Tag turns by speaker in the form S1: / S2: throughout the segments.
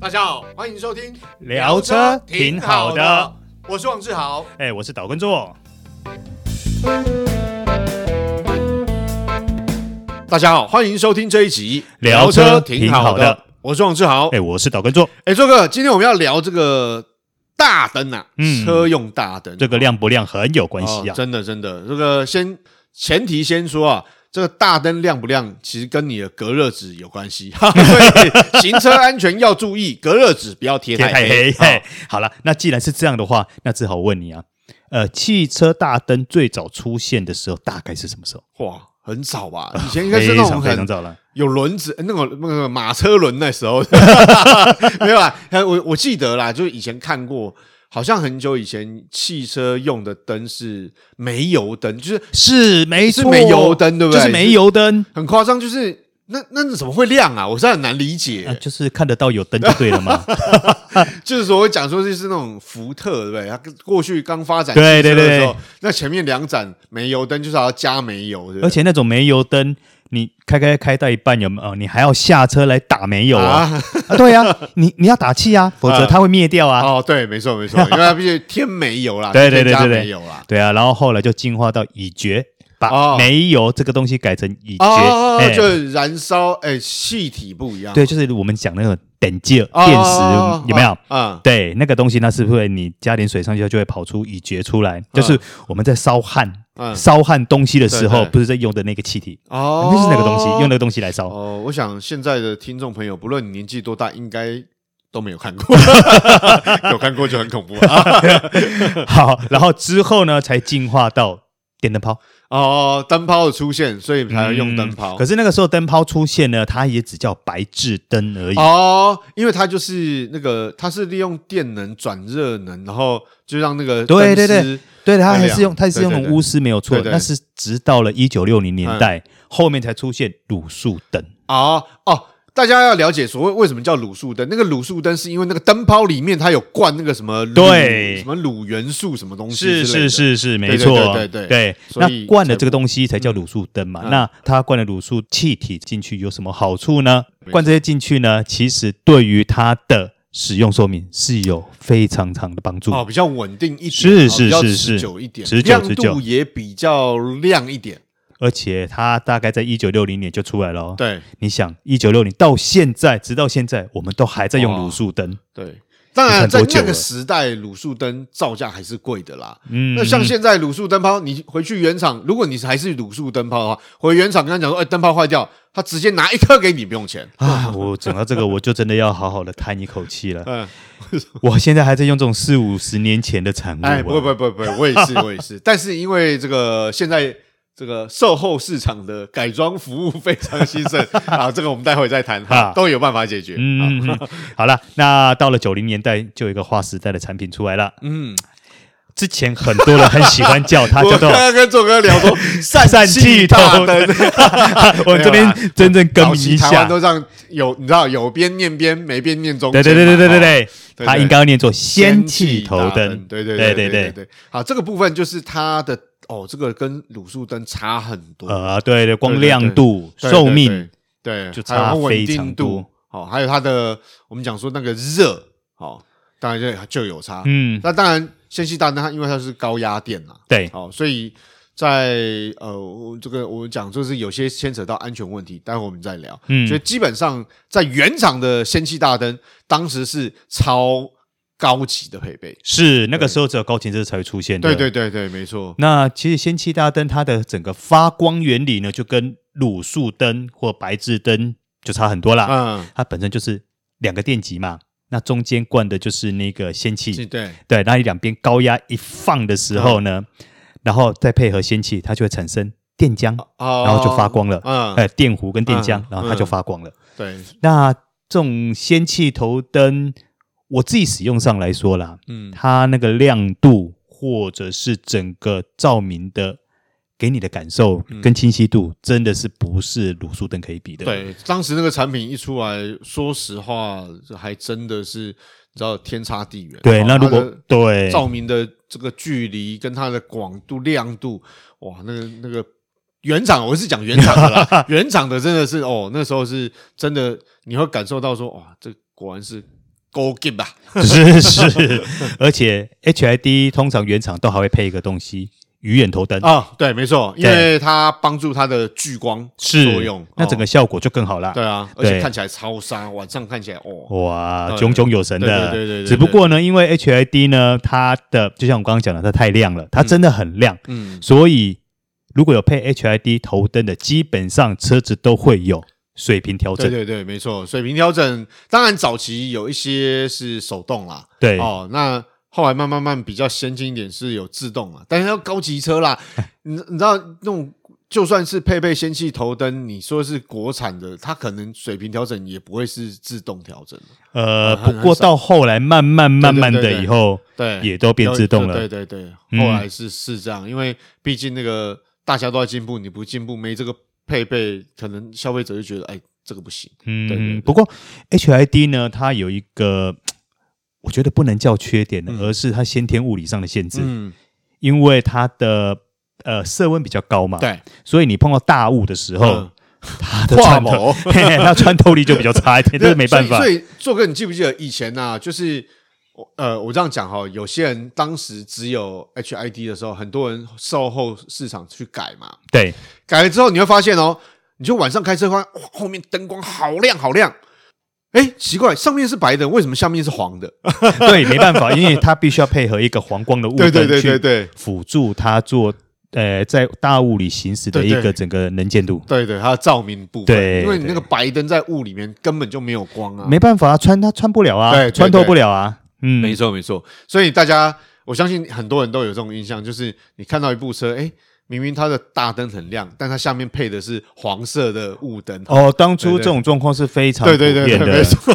S1: 大家好，欢迎收听
S2: 聊车挺好的，
S1: 我是王志豪。
S2: 哎、我是岛根
S1: 哦
S2: 座。
S1: 大家好，欢迎收听这一集
S2: 聊车挺好的，
S1: 我是王志豪。
S2: 哎、我是岛根座。
S1: 哎，周哥，今天我们要聊这个大灯啊，
S2: 嗯
S1: 车用大灯，
S2: 这个亮不亮很有关系
S1: 哦
S2: 啊。
S1: 真的真的，这个先前提先说啊。这个大灯亮不亮，其实跟你的隔热纸有关系， 所以行车安全要注意，隔热纸不要贴
S2: 天
S1: 太
S2: 太
S1: 黑。
S2: 黑。
S1: 哦
S2: 嘿好了，那既然是这样的话，那只好问你啊，呃，汽车大灯最早出现的时候大概是什么时候？
S1: 哇，很少吧？以前应该
S2: 非
S1: 是那种
S2: 常非
S1: 很
S2: 常早了。
S1: 有轮子，那种那个马车轮那时候 没有啦，还我我记得啦，就是以前看过，好像很久以前汽车用的灯是煤油灯，就是
S2: 是没
S1: 是
S2: 错，
S1: 煤油灯对不对
S2: 就是煤油灯。
S1: 很夸张，就是那那怎么会亮啊？我是很难理解，
S2: 啊，就是看得到有灯就对了嘛。
S1: 就是说我讲说就是那种福特对不对？它过去刚发展汽
S2: 对
S1: 车的
S2: 对对
S1: 时候，那前面两盏煤油灯就是要加煤油， 对不对？
S2: 而且那种煤油灯，你开开开到一半有没有？哦你还要下车来打煤油啊？啊对呀、你你要打气啊，否则它会灭掉啊。
S1: 哦，对，没错 没错，因为它必须添煤油啦，
S2: 对对对
S1: 添加
S2: 对对
S1: 煤油啦。
S2: 对啊，然后后来就进化到乙炔，
S1: 哦
S2: 把煤油这个东西改成乙炔，
S1: 哦，
S2: 哎
S1: 就是燃烧，哎，气体不一样，
S2: 对，就是我们讲那种碘芥
S1: 哦
S2: 电
S1: 哦哦
S2: 池，有没有？
S1: 啊？
S2: 对，那个东西，那是不是你加点水上去，它就会跑出乙炔出来？就是我们在烧焊、
S1: 嗯
S2: 烧焊东西的时候，
S1: 对对
S2: 不是在用的那个气体，
S1: 哦，
S2: 那是那个东西，用那个东西来烧。
S1: 哦，我想现在的听众朋友，不论你年纪多大，应该都没有看 过，有看过就很恐怖啊。
S2: 好，然后之后呢，才进化到电灯泡，
S1: 哦，灯泡的出现，所以才要用灯泡
S2: 嗯可。是那个时候灯泡出现呢，它也只叫白炽灯而已。
S1: 哦，因为它就是那个，它是利用电能转热能，然后就让那个
S2: 对
S1: 灯
S2: 对对
S1: 丝
S2: 对，它
S1: 那
S2: 还
S1: 样
S2: 是用，它还是
S1: 对
S2: 用
S1: 对对
S2: 钨丝没有错
S1: 对，对
S2: 那是直到了一九六零年代后面才出现卤素灯。
S1: 哦哦，大家要了解所谓为什么叫卤素灯，那个卤素灯是因为那个灯泡里面它有灌那个什么卤
S2: 对
S1: 什么卤元素什么东西
S2: 是
S1: 嗯之类
S2: 是
S1: 的
S2: 是是，没
S1: 对对
S2: 错，
S1: 对对对所
S2: 那
S1: 以
S2: 灌了
S1: 才
S2: 这个东西才叫卤素灯嘛。
S1: 嗯
S2: 那它灌了卤素气体进去有什么好处呢
S1: 没？
S2: 灌这些进去呢，其实对于它的使用说明是有非常长的帮助。
S1: 哦，比较稳定一点，
S2: 是
S1: 哦
S2: 是
S1: 比较
S2: 是
S1: 持
S2: 是
S1: 久一点，
S2: 持久
S1: 亮
S2: 持
S1: 度
S2: 久
S1: 也比较亮一点。
S2: 而且它大概在一九六零年就出来了哦。
S1: 对
S2: 你想，一九六零到现在，直到现在，我们都还在用
S1: 哇
S2: 卤素灯。
S1: 对，当然
S2: 看
S1: 在
S2: 多
S1: 那
S2: 久
S1: 个
S2: 了
S1: 时代，卤素灯造价还是贵的啦。
S2: 嗯
S1: 那像现在卤素灯泡，你回去原厂，如果你还是卤素灯泡的话，回原厂跟他讲说，哎，灯泡坏掉，他直接拿一颗给你，不用钱。
S2: 啊，我讲到这个，我就真的要好好的叹一口气了。
S1: 嗯，
S2: 我现在还在用这种四五十年前的产物、啊，
S1: 哎，不会不会不会不会，我也是我也是，但是因为这个现在。这个售后市场的改装服务非常兴盛 啊，这个我们待会再谈哈，
S2: 啊
S1: 都有办法解决。啊
S2: 嗯，嗯嗯 好了，那到了九零年代，就有一个划时代的产品出来了。
S1: 嗯，
S2: 之前很多人很喜欢叫它
S1: 我
S2: 叫
S1: 刚
S2: 做
S1: 刚跟左哥聊说
S2: 疝气
S1: 大
S2: 头
S1: 灯，
S2: 我哦们这边真正更
S1: 早
S2: 名
S1: 期
S2: 一
S1: 台湾
S2: 下。
S1: 都这样，有你知道有边念边，没边念中
S2: 对
S1: 间嘛。
S2: 对对对对对
S1: 哦，对
S2: 对，它应该要念作仙气头灯。
S1: 对对
S2: 对
S1: 对
S2: 对
S1: 对对。好，这个部分就是它的哦，这个跟卤素灯差很多，
S2: 呃，对对，光亮度、
S1: 对
S2: 寿命，
S1: 对，对
S2: 就
S1: 还有它
S2: 差
S1: 稳
S2: 非
S1: 定
S2: 常
S1: 度
S2: 多。
S1: 好，还有它的我们讲说那个热，好，当然就就有差。
S2: 嗯，
S1: 那当然，先气大灯它因为它是高压电啦，
S2: 对，
S1: 好，所以在呃，我这个我们讲就是有些牵扯到安全问题，待会我们再聊。
S2: 嗯
S1: 所以基本上在原厂的氙气大灯，当时是超高级的配备。
S2: 是那个时候只有高前车才会出现的。
S1: 对对对对，没错。
S2: 那其实氙气大灯它的整个发光原理呢，就跟卤素灯或白炽灯就差很多啦。
S1: 嗯，
S2: 它本身就是两个电极嘛，那中间灌的就是那个氙
S1: 是
S2: 气，
S1: 对，
S2: 对，那你两边高压一放的时候呢，
S1: 啊
S2: 然后再配合氙气，它就会产生电浆，
S1: 哦
S2: 然后就发光了，
S1: 嗯，
S2: 呃，电弧跟电浆
S1: 嗯，
S2: 然后它就发光了。
S1: 对，
S2: 那这种氙气头灯，我自己使用上来说啦，
S1: 嗯，
S2: 它那个亮度或者是整个照明的。给你的感受跟清晰度，真的是不是卤素灯可以比的。
S1: 嗯对，当时那个产品一出来，说实话，还真的是你知道天差地远。
S2: 对，
S1: 哦
S2: 那如
S1: 它
S2: 果
S1: 的
S2: 对
S1: 照明的这个距离跟它的广度、亮度，哇，那个那个原厂，我是讲原厂的啦， 原厂的真的是哦，那时候是真的，你会感受到说，哇，这果然是勾给吧，
S2: 是是，而且 HID 通常原厂都还会配一个东西鱼眼头灯，
S1: 啊，对，没错，因为它帮助它的聚光
S2: 是
S1: 作用，
S2: 那整个
S1: 哦
S2: 效果就更好啦。
S1: 对啊，而且
S2: 对
S1: 看起来超沙，晚上看起来哦，
S2: 哇，
S1: 对
S2: 炯炯有神的。
S1: 对对对对对
S2: 只不过呢，因为 HID 呢，它的就像我刚刚讲的，它太亮了，它真的很亮，
S1: 嗯，
S2: 所以如果有配 HID 头灯的，基本上车子都会有水平调
S1: 对
S2: 整。
S1: 对对，没错，水平调整，当然早期有一些是手动啦，
S2: 对
S1: 哦，那后来慢慢慢比较先进一点是有自动啦，但是要高级车啦， 你你知道那种就算是配备氙气头灯，你说是国产的，它可能水平调整也不会是自动调整，
S2: 呃，
S1: 嗯很
S2: 不过到后来慢慢慢慢
S1: 对对
S2: 的
S1: 对
S2: 以后，
S1: 对，
S2: 也都变自动
S1: 对
S2: 了。
S1: 对对对，
S2: 嗯
S1: 后来是、是这样，因为毕竟那个大家都在进步，你不进步没这个配备，可能消费者就觉得哎这个不行，对对
S2: 嗯
S1: 对，
S2: 不过 HID 呢，它有一个。我觉得不能叫缺点的，
S1: 嗯
S2: 而是它先天物理上的限制，
S1: 嗯，
S2: 因为它的呃色温比较高嘛，
S1: 对，
S2: 所以你碰到大雾的时候，
S1: 嗯
S2: 它的
S1: 化
S2: 穿透，
S1: 毛。
S2: 嘿嘿它穿透力就比较差一 点，这是没办法
S1: 所。以，所以做哥，你记不记得以前呢、啊就是我呃，我这样讲哈，有些人当时只有 HID 的时候，很多人售后市场去改嘛，
S2: 对，
S1: 改了之后你会发现哦，你就晚上开车发现哇，后面灯光好亮好亮。哎，奇怪，上面是白的，为什么下面是黄的？啊
S2: 对，没办法，因为它必须要配合一个黄光的雾
S1: 对对
S2: 灯
S1: 对对
S2: 去
S1: 对
S2: 辅助它做呃在大雾里行驶的一
S1: 对对
S2: 个整个能见度。
S1: 对对，它的照明部分，
S2: 对
S1: 因为你那个白灯在雾里面根本就没有光啊，
S2: 没办法啊，穿它穿不了啊，
S1: 对对
S2: 穿透不了啊。嗯，
S1: 没错没错，所以大家我相信很多人都有这种印象，就是你看到一部车，哎，明明它的大灯很亮，但它下面配的是黄色的雾灯。
S2: 哦，当初
S1: 对对
S2: 这种状况是非常
S1: 对对
S2: 普
S1: 对
S2: 遍
S1: 对，
S2: 的
S1: 没错，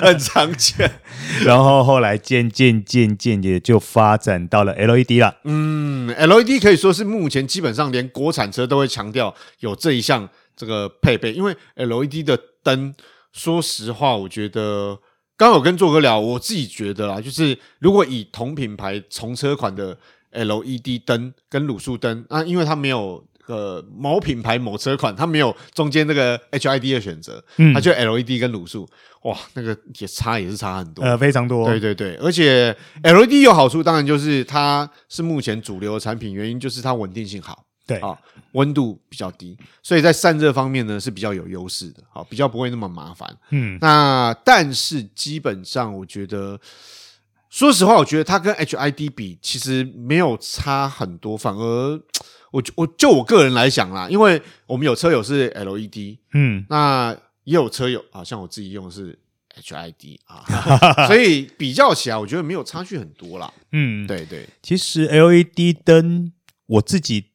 S1: 很常见。
S2: 然后后来渐渐渐渐也就发展到了 LED 啦。
S1: 嗯，LED 可以说是目前基本上连国产车都会强调有这一项这个配备，因为 LED 的灯，说实话，我觉得刚刚有跟做哥聊，我自己觉得啦，就是如果以同品牌从车款的 LED 灯跟卤素灯，啊，因为它没有。呃，某品牌某车款，它没有中间那个 HID 的选择，
S2: 嗯
S1: 它就 LED 跟卤素，哇，那个也差也是差很多。
S2: 呃，非常多。
S1: 对对对，而且 LED 有好处，当然就是它是目前主流的产品，原因就是它稳定性好
S2: 对
S1: 啊，温度比较低，所以在散热方面呢是比较有优势的，好、比较不会那么麻烦。
S2: 嗯，
S1: 那但是基本上，我觉得，说实话，我觉得它跟 HID 比其实没有差很多，反而我我就我个人来讲啦，因为我们有车友是 E LED，
S2: 嗯，
S1: 那也有车友啊，像我自己用的是 HID 啊，所以比较起来，我觉得没有差距很多啦。
S2: 嗯，
S1: 对对，
S2: 其实 LED 灯我自己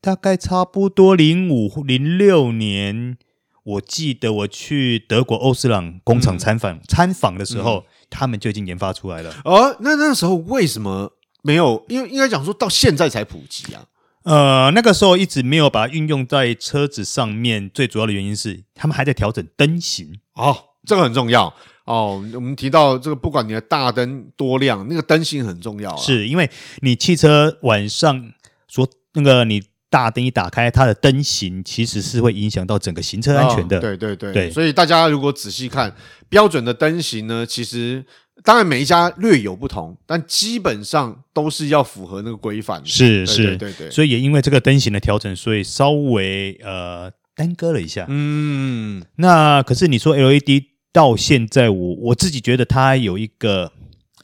S2: 大概差不多零五零六年，我记得我去德国欧斯朗工厂参
S1: 嗯
S2: 访、参访的时候，他们就已经研发出来了。
S1: 哦，那那时候为什么没有？因为应该讲说到现在才普及啊。
S2: 呃，那个时候一直没有把它运用在车子上面，最主要的原因是他们还在调整灯型。
S1: 哦，这个很重要哦。我们提到这个，不管你的大灯多亮，那个灯芯很重要啊。
S2: 是因为你汽车晚上所那个你大灯一打开，它的灯型其实是会影响到整个行车安全的。
S1: 哦对对对
S2: 对
S1: 所以大家如果仔细看标准的灯型呢，其实当然每一家略有不同，但基本上都是要符合那个规范的。
S2: 是
S1: 对
S2: 是
S1: 对对对，
S2: 所以也因为这个灯型的调整，所以稍微呃耽搁了一
S1: 啊
S2: 下。
S1: 嗯，
S2: 那可是你说 LED 到现在我，我自己觉得它有一个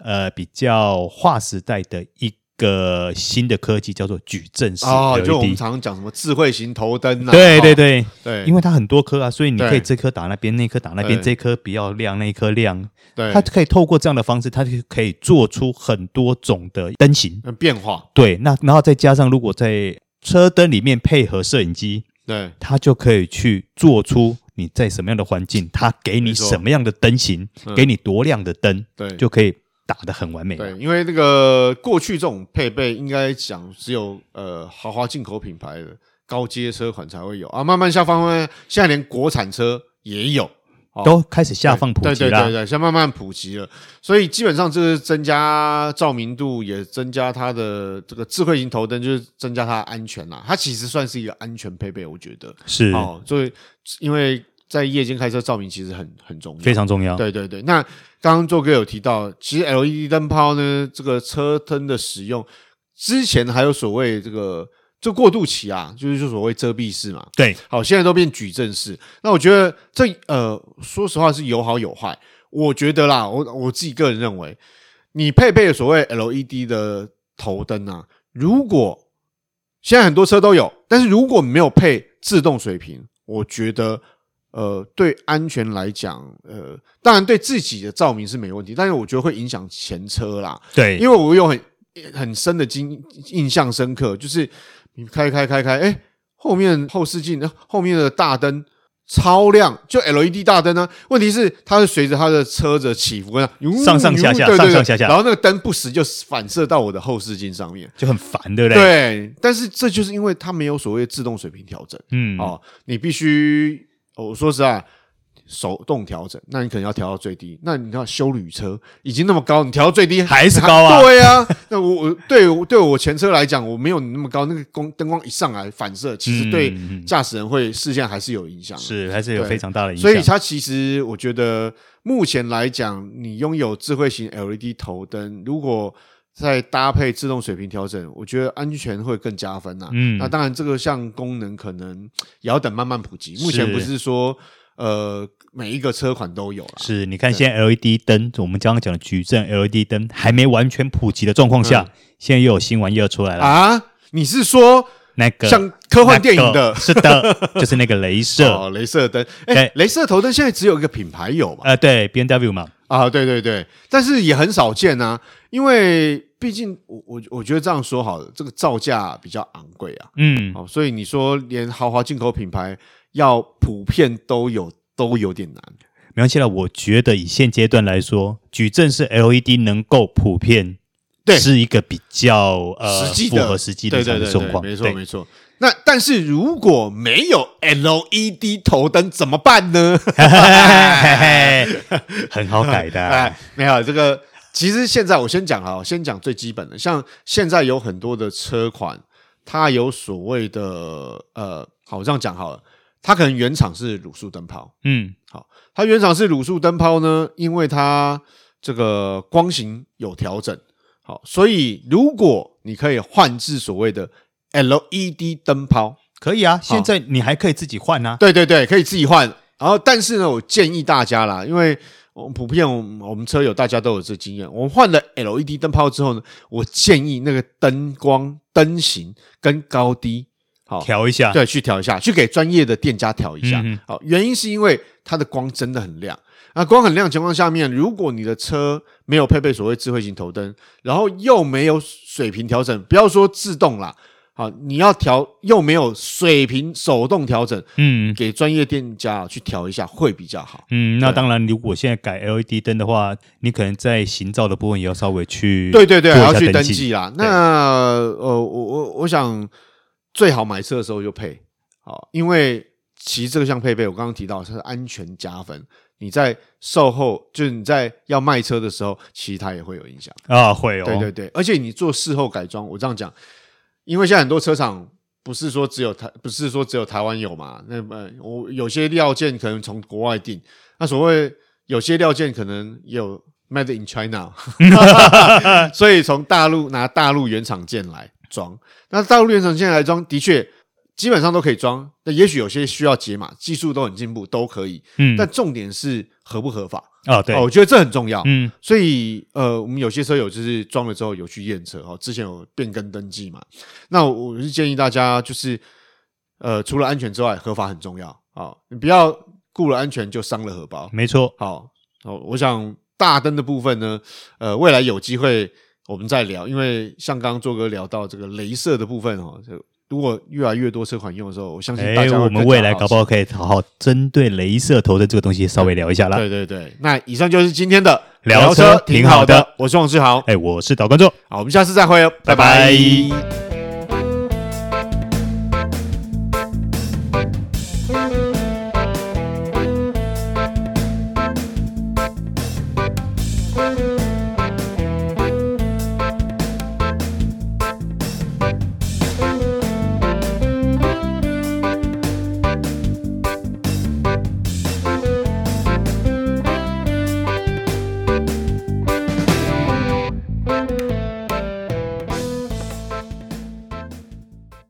S2: 呃比较划时代的一个新的科技，叫做矩阵式 LED。
S1: 哦，就我们常常讲什么智慧型头灯啊，
S2: 对
S1: 哦
S2: 对对，
S1: 对，
S2: 因
S1: 为
S2: 为它很多颗啊，所以你
S1: 对
S2: 可以这颗打那边，那颗打那边，
S1: 对
S2: 这颗比较亮，那一颗亮。
S1: 对
S2: 它可以透过这样的方式，它就可以做出很多种的灯型。
S1: 呃变化，
S2: 对，那然后再加上如果在车灯里面配合摄影机，
S1: 对
S2: 它就可以去做出你在什么样的环境，它给你
S1: 没错
S2: 什么样的灯型，
S1: 嗯
S2: 给你多亮的灯，
S1: 对
S2: 就可以打得很完美。
S1: 对，因为那个过去这种配备，应该讲只有呃豪华进口品牌的高阶车款才会有啊，慢慢下方面现在连国产车也有。哦
S2: 都开始下放普及
S1: 对对对
S2: 啦。
S1: 对，现在慢慢普及了，所以基本上这是增加照明度，也增加它的这个智慧型头灯，就是增加它的安全啦。它其实算是一个安全配备，我觉得。
S2: 是，
S1: 哦哦，所以因为在夜间开车照明其实很很重要，
S2: 非常重要。
S1: 对对对，那刚刚做哥有提到，其实 LED 灯泡呢，这个车灯的使用之前还有所谓这个这过渡期啊，就是就所谓遮蔽式嘛。
S2: 对
S1: 好，现在都变矩阵式。那我觉得这呃，说实话是有好有坏。我觉得啦，我我自己个人认为，你配备所谓 LED 的头灯啊，如果现在很多车都有，但是如果没有配自动水平，我觉得呃，对安全来讲，呃，当然对自己的照明是没问题，但是我觉得会影响前车啦。
S2: 对，
S1: 因为我有很很深的经印象深刻，就是你开开开开，哎，后面后视镜呃后面的大灯超亮，就 LED 大灯啊。问题是它是随着它的车子的起伏啊，呜
S2: 上上下下
S1: 呜对对对
S2: 上上下下
S1: 然后那个灯不时就反射到我的后视镜上面。
S2: 就很烦，对不对？
S1: 对，但是这就是因为它没有所谓的自动水平调整。
S2: 嗯，
S1: 哦，你必须，哦我说实在，手动调整，那你可能要调到最低。那你看修旅车已经那么高，你调到最低
S2: 还是高啊
S1: 对啊， 那我我对我对我前车来讲，我没有你那么高，那个光灯光一上来反射，其实对
S2: 嗯嗯
S1: 驾驶人会视线还是有影响。。
S2: 是还是有
S1: 对
S2: 非常大的影响。
S1: 所以它其实，我觉得目前来讲，你拥有智慧型 LED 头灯，如果再搭配自动水平调整，我觉得安全会更加分呐、
S2: 嗯
S1: 那当然，这个项功能可能也要等慢慢普及。目前
S2: 是
S1: 不是说呃每一个车款都有啦。
S2: 是，你看现在 LED 灯，我们刚刚讲的矩阵 LED 灯还没完全普及的状况下，现在又有新玩意儿出来了，
S1: 嗯啊，你是说
S2: 那个
S1: 像科幻电影
S2: 那
S1: 的
S2: 个是的，就是那个镭射，
S1: 哦，镭射灯？哎，镭射头灯现在只有一个品牌有嘛？
S2: 呃，对，B N W 嘛，
S1: 啊，对对对，但是也很少见啊，因为毕竟我我我觉得这样说好了，这个造价比较昂贵啊，
S2: 嗯，
S1: 哦，所以你说连豪华进口品牌要普遍都有都有点难。
S2: 没关系了。我觉得以现阶段来说，矩阵式 LED 能够普遍，
S1: 对
S2: 是一个比较呃
S1: 实际
S2: 符
S1: 的
S2: 合实际的
S1: 对对
S2: 这样
S1: 对
S2: 的
S1: 对
S2: 状，况，
S1: 没错
S2: 对
S1: 没错。那但是如果没有 LED 头灯怎么办呢？
S2: 嘿嘿嘿 很好改的啊、
S1: 哎，没有这个。其实现在我先讲哈，我先讲最基本的，像现在有很多的车款，它有所谓的呃，好这样讲好了，它可能原厂是卤素灯泡，
S2: 嗯，
S1: 它原厂是卤素灯泡呢，因为它这个光型有调整，好，所以如果你可以换至所谓的 LED 灯泡，
S2: 可以啊。现在你还可以自己换啊。
S1: 对对对，可以自己换。然后，但是呢，我建议大家啦，因为我普遍我们我们车友大家都有这经验，我们换了 LED 灯泡之后呢，我建议那个灯光、灯型跟高低，好，
S2: 调一下，
S1: 对，去调一下，去给专业的店家调一下。
S2: 啊嗯哼
S1: 好，原因是因为它的光真的很亮。那光很亮的情况下面，如果你的车没有配备所谓智慧型头灯，然后又没有水平调整，不要说自动啦，好，你要调又没有水平手动调整，
S2: 嗯，
S1: 给专业店家去调一下会比较好。
S2: 嗯，那
S1: 对
S2: 当然，如果现在改 LED 灯的话，你可能在行照的部分也要稍微去
S1: 对对对，还
S2: 做一
S1: 要
S2: 下
S1: 去登
S2: 登
S1: 记啦。那呃，我我我想最好买车的时候就配好，因为其实这个项配备我刚刚提到它是安全加分，你在售后就是你在要卖车的时候，其实它也会有影响。
S2: 啊，会哦，
S1: 对对对，而且你做事后改装，我这样讲，因为现在很多车厂不是说只有台，不是说只有台湾有嘛，那么我有些料件可能从国外订，那所谓有些料件可能也有 made in China，所以从大陆拿大陆原厂件来装，那大陆原厂件来装，的确。基本上都可以装，那也许有些需要解码，技术都很进步，都可以。
S2: 嗯，
S1: 但重点是合不合法，
S2: 啊，对
S1: 哦，，我觉得这很重要。
S2: 嗯，
S1: 所以呃，我们有些车友就是装了之后有去验车哦，之前有变更登记嘛。那我是建议大家就是呃，除了安全之外，合法很重要啊、哦你不要顾了安全就伤了荷包。
S2: 没错，
S1: 好，好，我想大灯的部分呢，呃，未来有机会我们再聊，因为像刚刚做哥聊到这个镭射的部分哦，就如果越来越多车款用的时候，我相信大
S2: 哎，
S1: 家会
S2: 我
S1: 更
S2: 们
S1: 加
S2: 未来
S1: 好
S2: 搞
S1: 奇
S2: 不好可以好好针对镭射头的这个东西稍微聊一下啦。
S1: 对对对，那以上就是今天的
S2: 聊车挺好的，
S1: 我是王志豪，
S2: 哎，我是导观众。
S1: 好，我们下次再会哦，拜
S2: 拜
S1: 拜
S2: 拜